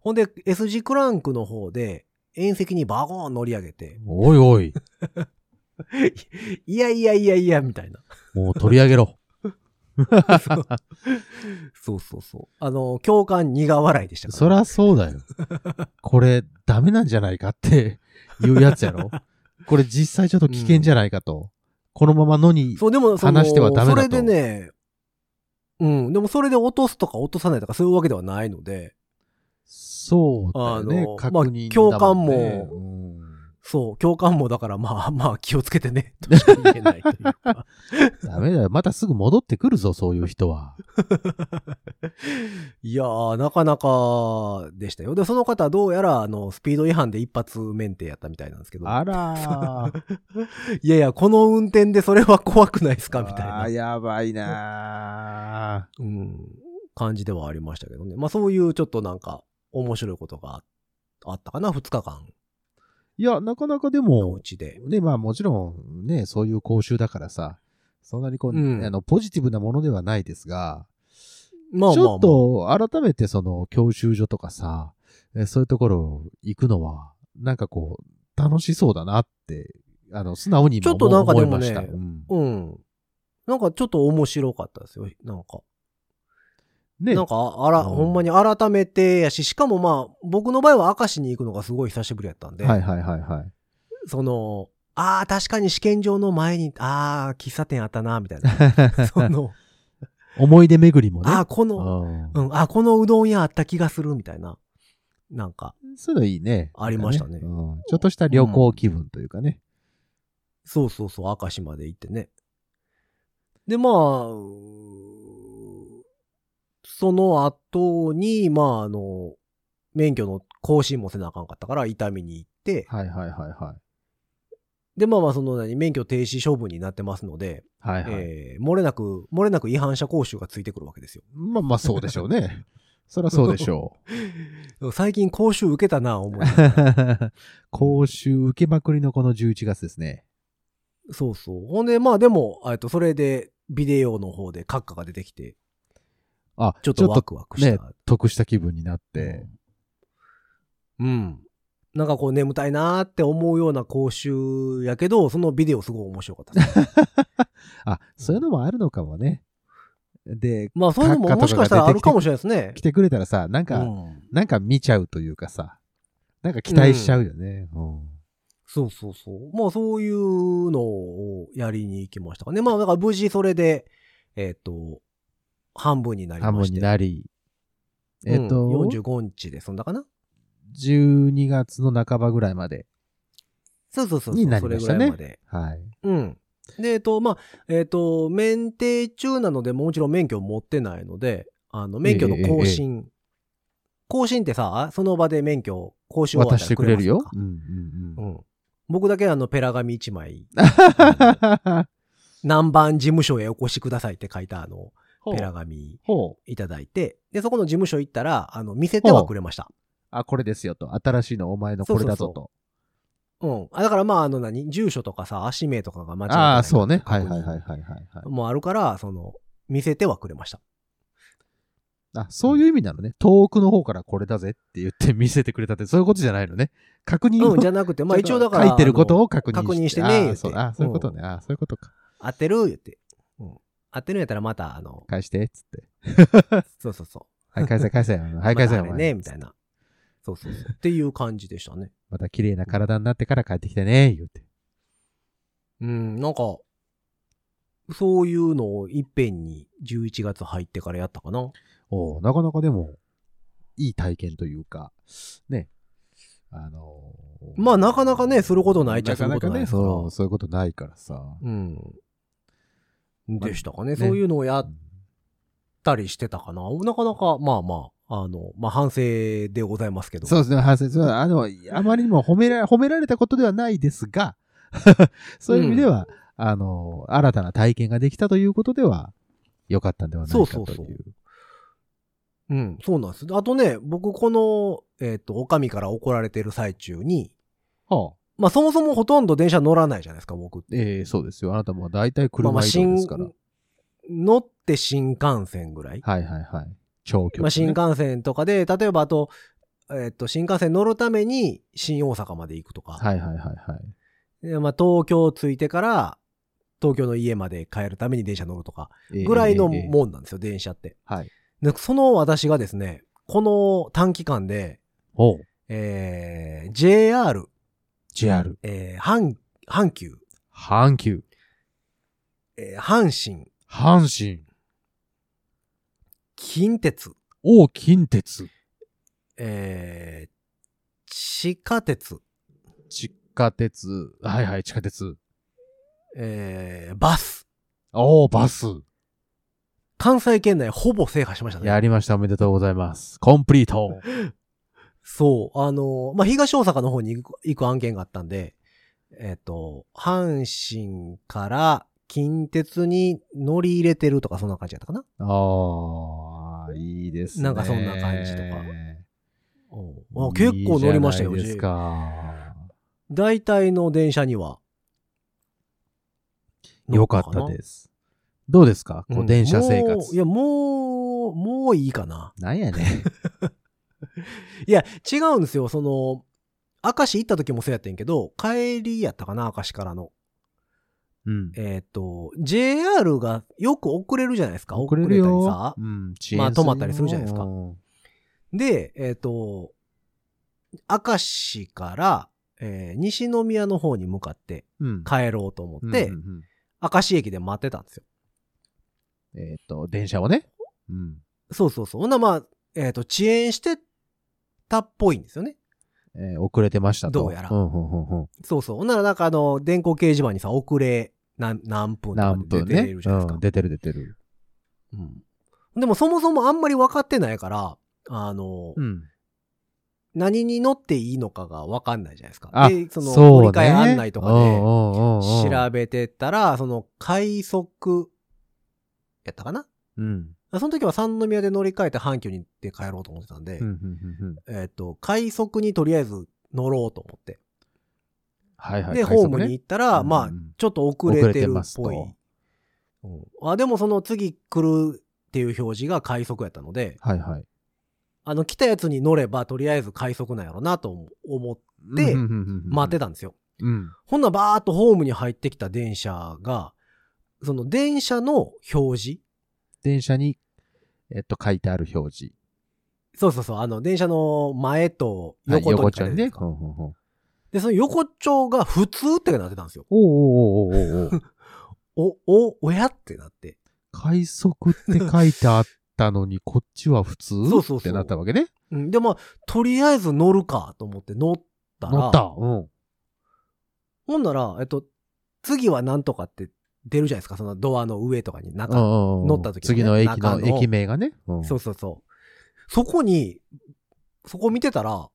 ほんで S 字クランクの方で、縁石にバゴーン乗り上げて、おいおい。 いやいやいやいや、みたいな。もう取り上 げろ。そうそうそう。あの、共感苦笑いでしたからそらそうだよ。これ、ダメなんじゃない かっていうやつやろ。これ実際ちょっと危険じゃないかと。このまま野に、そう、でもその、話してはダメそだとれでね、うん、でもそれで落とすとか落とさないとかそういうわけではないので、そうだよねあ。の確ま認だあんね教官そう、教官もだからまあまあ気をつけてね、 としか言えないというか。うんダメだよ。またすぐ戻ってくるぞ、そういう人は。いやー、なかなかでしたよ。で、その方はどうやら、あの、スピード違反で一発免停やったみたいなんですけど、あらー。いやいや、この運転でそれは怖くないですかみたいあーな、やばいなうん、感じではありましたけどね。まあそういうちょっとなんか面白いことがあったかな、2日間ー。いや、なかなかでのもう、ちで。ね、まあもちろんね、そういう講習だからさ、そんなにこう、うんあの、ポジティブなものではないですが、まあまあ、ちまあ、ょっと改めてその教習所とかさ、えそういうところ行くのは、なんかこう、楽しそうだなって、あの、素直に今ちょっとなんか思いでもまねした。うんうん。なんかちょっと面白かったですよ。なんか。ねなんか、あら、うんほんまに改めてやし、しかもまあ、僕の場合は明石に行くのがすごい久しぶりやったんで、はいはいはいはい。その、ああ、確かに試験場の前に、ああ、喫茶店あったな、みたい な。 その、思い出巡りもね。ああ、この、ううんん、ああ、このうどん屋あった気がする、みたいな。なんか、そういうのいいね。ありましたねうんちょっとした旅行気分というかね。そうそうそう、明石まで行ってね。で、まあ、うーその後に、まあ、あの、免許の更新もせなあかんかったから、痛みに行って、はいはいはいはい。で、まあまあ、その何、免許停止処分になってますので、はいはい。えー漏れなく、漏れなく違反者講習がついてくるわけですよ。まあまあそうでしょうね。そりゃそうでしょ 最近講習受けたな、思いながら。う。 講習受けまくりのこの11月ですね。 そうそう。ほんで、まあでも、えっと、それで、ビデオの方で閣下が出てきて、あ、ちょっとワクワクした。ね得した気分になって。うん。なんかこう眠たいなーって思うような講習やけど、そのビデオすごい面白かったです。あ、そういうのもあるのかもね。 で、まあそういうのももしかしたらあるかもしれないですね来。てくれたらさ、なんか、うんなんか見ちゃうというかさ、なんか期待しちゃうよね。うんそうそうそう。まあそういうのをやりに行きましたかね。まあだから無事それで、えっ、と、半分になり半ま分して。になり、えっ、と、うん45日で、そんなかな12月の半ばぐらいまで。そうそうそうそう。になりましたねそれぐらいまで。はい。うん。で、えっ、と、まあ、えっ、と、免停中なので、もちろん免許を持ってないので、あの、免許の更新。更新ってさ、その場で免許を、更新を渡してくれるよ。うんううんうん。ん。僕だけあの、ペラ紙1枚、何番事務所へお越しくださいって書いたあの、 ペラ紙ほう。いただいて、で、そこの事務所行ったら、あの、見せてはくれました。あ、これですよと。新しいのお前のこれだぞそうと。うん。あだからまあ、あの何、住所とかさ、足名とかが間違ってないああー、そうね。かはっいてはいいうはいはいはいはい。もうあるから、その、見せてはくれました。あ、そういう意味なのね。遠くの方からこれだぜって言って見せてくれたって、そういうことじゃないのね。確認をうん、じゃなくて、 まあ一応だから。書いてることを確認確認してねあ言ーってそうあーそういうことね。あーそういうことか。あの当てる言って。うん。当てるんやったらまた、あの、返して、つって。そうそうそう。はい、返せ、返 せ。はい、返せ、まおたあ前れね、みたいな。そうそうそう。っていう感じでしたね。また綺麗な体になってから帰ってきてね、言うて。うん、なんか、そういうのをいっぺんに11月入ってからやったかな。おうなかなかでも、いい体験というか、ね。あのーまあなかなかねすることないっちゃすることないでなかすからなかね、そう、そういうことないからさ。うん。あでしたかね。ねそういうのをやったりしてたかな。なかなか、まあまあ、あの、まあ反省でございますけど。そうですね、反省そうあの、あまりにも褒めら褒められたことではないですが、 そういう意味では、あの、新たな体験ができたということでは、良かったんではないかという。そうそうそううん、そうなんです。あとね、僕この、えっ、と、おかみから怒られてる最中に、はあ、まあそもそもほとんど電車乗らないじゃないですか、僕って。ええそうですよ。あなたも大体まあ車移動ですから。まあ新乗って新幹線ぐらい。はいはいはい。長距離、ね。まあ新幹線とかで、例えばあと、えっ、と、新幹線乗るために新大阪まで行くとか。はいはいはいはい。でまあ東京着いてから、東京の家まで帰るために電車乗るとか、ぐらいのええええもんなんですよ、電車って。はい。で、その私がですね、この短期間で、おう。えー、JR、 JR。えー、阪、阪急、阪急。えー、阪神、阪神。近鉄、王近鉄。えー、地下鉄、地下鉄。はいはい、地下鉄。えー、バス。おう、バス。関西圏内ほぼ制覇しましたね。やりました。おめでとうございます。コンプリート。そう。あの、まあ、東大阪の方に行く行く案件があったんで、えっ、と、阪神から近鉄に乗り入れてるとか、そんな感じやったかな。ああ、いいですね。なんかそんな感じとかおうあいい結構乗りましたよ、じゃないですか。大体の電車には。よかったです。どうですかうんこう、電車生もうい活。や、もう、もういいかな。なんや ね。いや、違うんですよ。その、明石行った時もそうやってんけど、帰りやったかな、明石からの。うん。えっ、と、JR がよく遅れるじゃないですか。遅れるよ。遅たりさ。うん、まあ止まったりするじゃないですかうんで、えっ、と、明石から、えー西宮の方に向かってうん。帰ろうと思って、うんうんうん明石駅で待ってたんですよ。えっと、電車をね。うん。そうそうそう。ほんならまあ、えっ、と、遅延してたっぽいんですよね。えー遅れてましたと。どうやらうんうんうんうんそうそう。ほんならなんかあの、電光掲示板にさ、遅れ何何分とか何出分てね。るじゃないですうかん。出てる出てる。うんでもそもそもあんまり分かってないから、あの、うん。何に乗っていいのかが分かんないじゃないですか。あで、その、そうね折り替え案内とかうんで、うんうんうん調べてたら、その快速、やったかなうん。その時は三宮で乗り換えて阪急に行って帰ろうと思ってたんで、うんうんうんうんえっ、と、快速にとりあえず乗ろうと思って。はいはい。で、快ホー速ムねに行ったら、うんまあ、ちょっと遅れてるっぽい遅れてます。うん、あでもその次来るっていう表示が快速やったので、はいはい。あの来たやつに乗ればとりあえず快速なんやろなと思思ってで待ってた。たんですよ。うん。ほんならバーっとホームに入ってきた電車が、その電車の表示電車に、えっと、書いてある表示。そうそうそう、あの、電車の前とはい横と横に書丁いにてるんね。ですほかんほんほんで、その横丁が普通ってなってたんですよ。おうおうおうおう おう。お、お、おやってなって。快速って書いてあったのに、こっちは普通そうそうそうってなったわけね。うん、で、まあ、とりあえず乗るかと思って乗ったら、乗った。うん。ほんなら、えっと、次はなんとかって出るじゃないですか、そのドアの上とかに、中に乗乗った時のね次の駅中のの駅名がね。うんそうそうそう。そこに、そこ見てたら、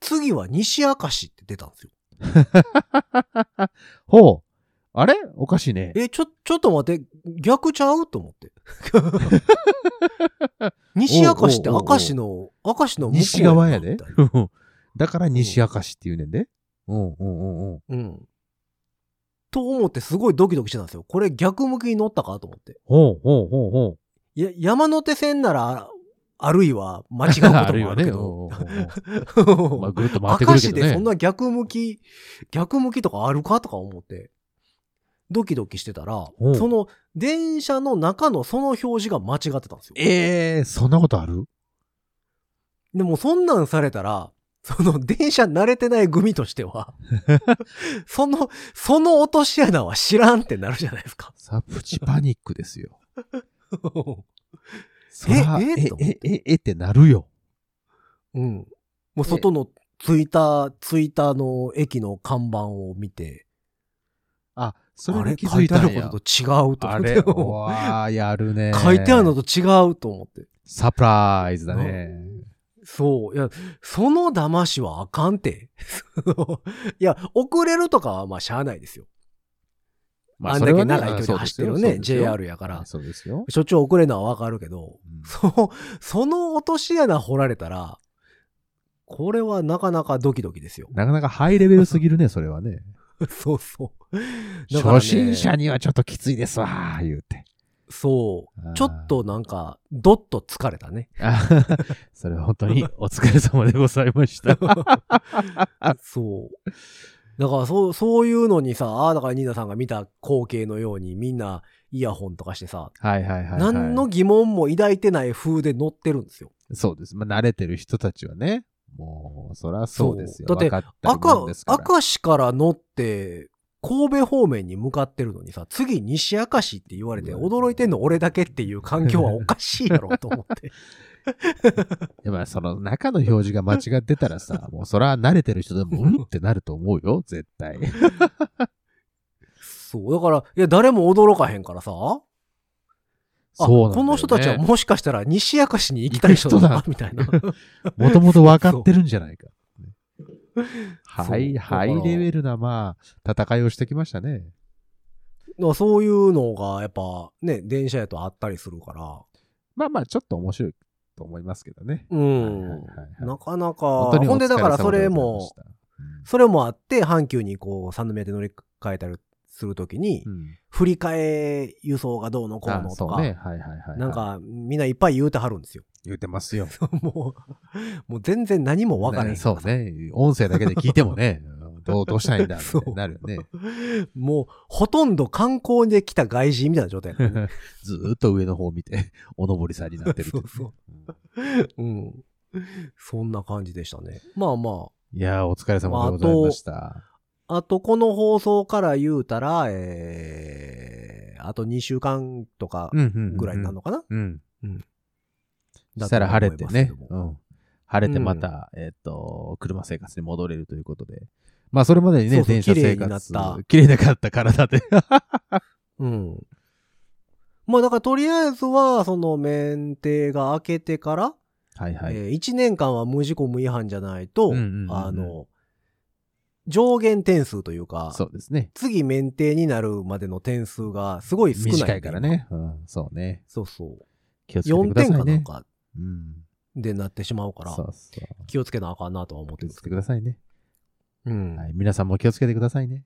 次は西明石って出たんですよ。ほう。あれおかしいね。え、ちょ、ちょっと待って、逆ちゃうと思っ て。西明石っておうおうおうおう明石の、明石の向こうな西側やでみたい。なうん だから西明石っていうねんで。うんうんうんうん。うん。と思ってすごいドキドキしてたんですよ。これ逆向きに乗ったかと思って。ほうほうほうほいや、山手線なら、あるいは間違うこともああ るいはるけね、ど。おうおうおう まあ、明ぐるっと回ってくるけ石どね。でそんな逆向き、逆向きとかあるかとか思って、ドキドキしてたらおう、その電車の中のその表示が間違ってたんですよ。ええそんなことあるでもそんなんされたら、その電車慣れてない組として は、その、その落とし穴は知らんってなるじゃないです か。さ、プチパニックです よ。そえええと思っえ、え、え、えってなるよ。うん。もう外のツイッター、ツイッターの駅の看板を見て、あ、そあれれに気書づいいてあたんるやことと違うとあ思っれて。うわー、やるね。書いてあるのと違うと思って。サプライズだね。そう。いや、その騙しはあかんて。 いや、遅れるとかはまあしゃあないですよ。まあんそれだけはね長い距離走ってるね、。JR やから。そうですよ。しょっちゅう遅れるのはわかるけど、うんそその落とし穴掘られたら、これはなかなかドキドキですよ。なかなかハイレベルすぎるね、それはね。 そうそう。だからね初心者にはちょっときついですわ、言うて。そう。ちょっとなんか、ドッと疲れたね。あ それは本当にお疲れ様でござい ました。そう。だからそう、そういうのにさ、ああ、だからニーナさんが見た光景のように、みんなイヤホンとかしてさ、はいはいはい、はい。何の疑問も抱いてない風で乗ってるんですよ。そうです。まあ、慣れてる人たちはね。もう、そらそうですよ。そうだって分かったりもん赤です、から明石から乗って、神戸方面に向かってるのにさ、次西明石って言われて驚いてんの俺だけっていう環境はおかしいやろと思 って。いやまあその中の表示が間違ってたらさ、もうそら慣れてる人でも、うんってなると思う よ、絶対。そう。だから、いや、誰も驚かへんからさ、あそうなんだよねこの人たちはもしかしたら西明石に行きたい人だな、みたいな。 もともと分かってるんじゃないか。はそうい、だからハイレベルな、まあ、戦いをしてきましたね。だからそういうのが、やっぱ、ね、電車やとあったりするから、まあまあ、ちょっと面白いと思いますけどね。うはいはん。いはいなかなか、本当におほん疲れで様でだからそれございも、ました、うんそれもあって、阪急にこう、三宮で乗り換えたりするときに、うん振り替え輸送がどうのこうあのとそか、うね。はいはいはいはい。なんか、みんないっぱい言うてはるんですよ。 言うてますよ。もう、もう全然何もわからへん。ねそうね。音声だけで聞いてもね、 うんどうどうしたらいいんだってなるよね。 もう、ほとんど観光で来た外人みたいな状態 なのねずーっと上の方を見て、 おのぼりさんになってるっていうね、そううんうん。そんな感じでしたね。まあまいやー、お疲れ様でございました。あ。あと、この放送から言うたら、えー、あと2週間とかんうんぐらいになるのかな、うん。だしたとら思晴いれますてけどもね。うん。晴れてまた、えっと、車生活に戻れるということで。まあ、それまでにね、そうそう電車生綺麗になっ活た、綺麗なかった 体で。うん。まあだからとりあえずは、その免停が明けてから、はいはえーい。1年間は無事故無違反じゃないと、うんうんうんうんあの、上限点数というか、そうですね。次免停になるまでの点数がすごい少ない。短いから。ね。うん、そうね。そうそう。気をつけて4くだ点さかないんね。かうん。でなってしまうかそら、うそう。気をつけなあかんなとは思って気るんをでつすけけてど。くださいね。うんはい。皆さんも気をつけてくださいね。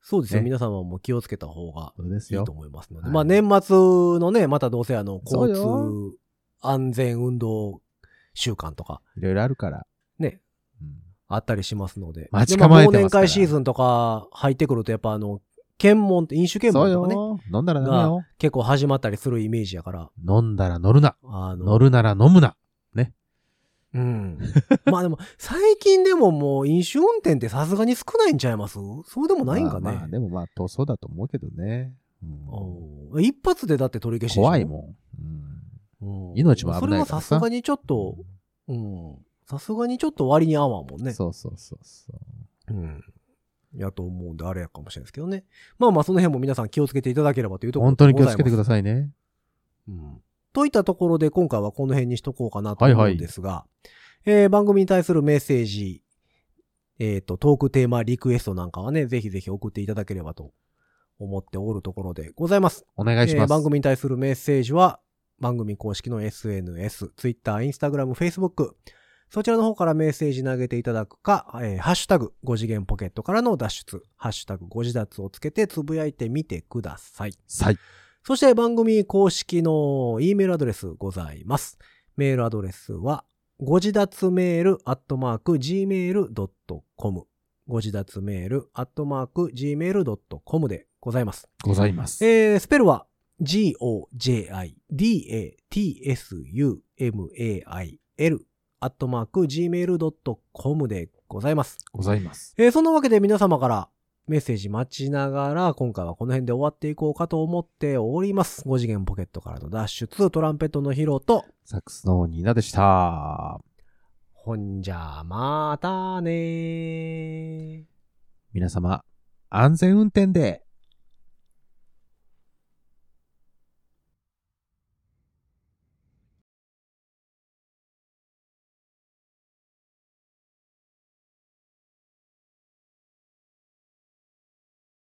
そうですよ。ね皆様も気をつけた方がことですいよいと。思いますので。はいまあ年末のね、またどうせあの、そう交よ通安全運動週間とかいろいろあるから。ね、うんあったりしますので。待ち構えてますからでまあ忘年会シーズンとか入ってくると、やっぱあの、検問って、飲酒検そう問とかね、よ。飲んだらダメよ。結構始まったりするイメージやから、飲んだら乗るな。あの、乗るなら飲むな。うん。 まあでも、最近でももう飲酒運転ってさすがに少ないんちゃいますそうでもないんかね。まあまあでもまあ、とそうだと思うけどね。うんおう一発でだって取り消しでしょ怖いもん。うんうん命も危ないからさそれはさすがにちょっと、うん。さすがにちょっと割に合わんもんね。そうそうそうそう。うん。やと思うんで、あれやかもしれないですけどね。まあまあ、その辺も皆さん気をつけていただければというところ本で当ごにざ気いをますつけてくださいね。うんといったところで今回はこの辺にしとこうかなと思うんですが、えー番組に対するメッセージ、えっ、と、トークテーマリクエストなんかはね、ぜひぜひ送っていただければと思っておるところでございます。お願いしまえーす。番組に対するメッセージは、番組公式の SNS、Twitter、Instagram、Facebook、そちらの方からメッセージ投げていただくか、えーハッシュタグ、5次元ポケットからの脱出、ハッシュタグ、5次脱をつけてつぶやいてみてください。はい。そして番組公式の E メールアドレスございます。メールアドレスは、ご自立メールアットマーク gmail.com。ご自立メールアットマーク gmail.com でございます。ございます。えースペルは g-o-j-i-d-a-t-s-u-m-a-i-l アットマーク gmail.com でございます。ございます。えーそんなわけで皆様からメッセージ待ちながら、今回はこの辺で終わっていこうかと思っております。5次元ポケットからの脱出、トランペットのヒロと、サックスのニーナでした。ほんじゃ、またねー。皆様、安全運転で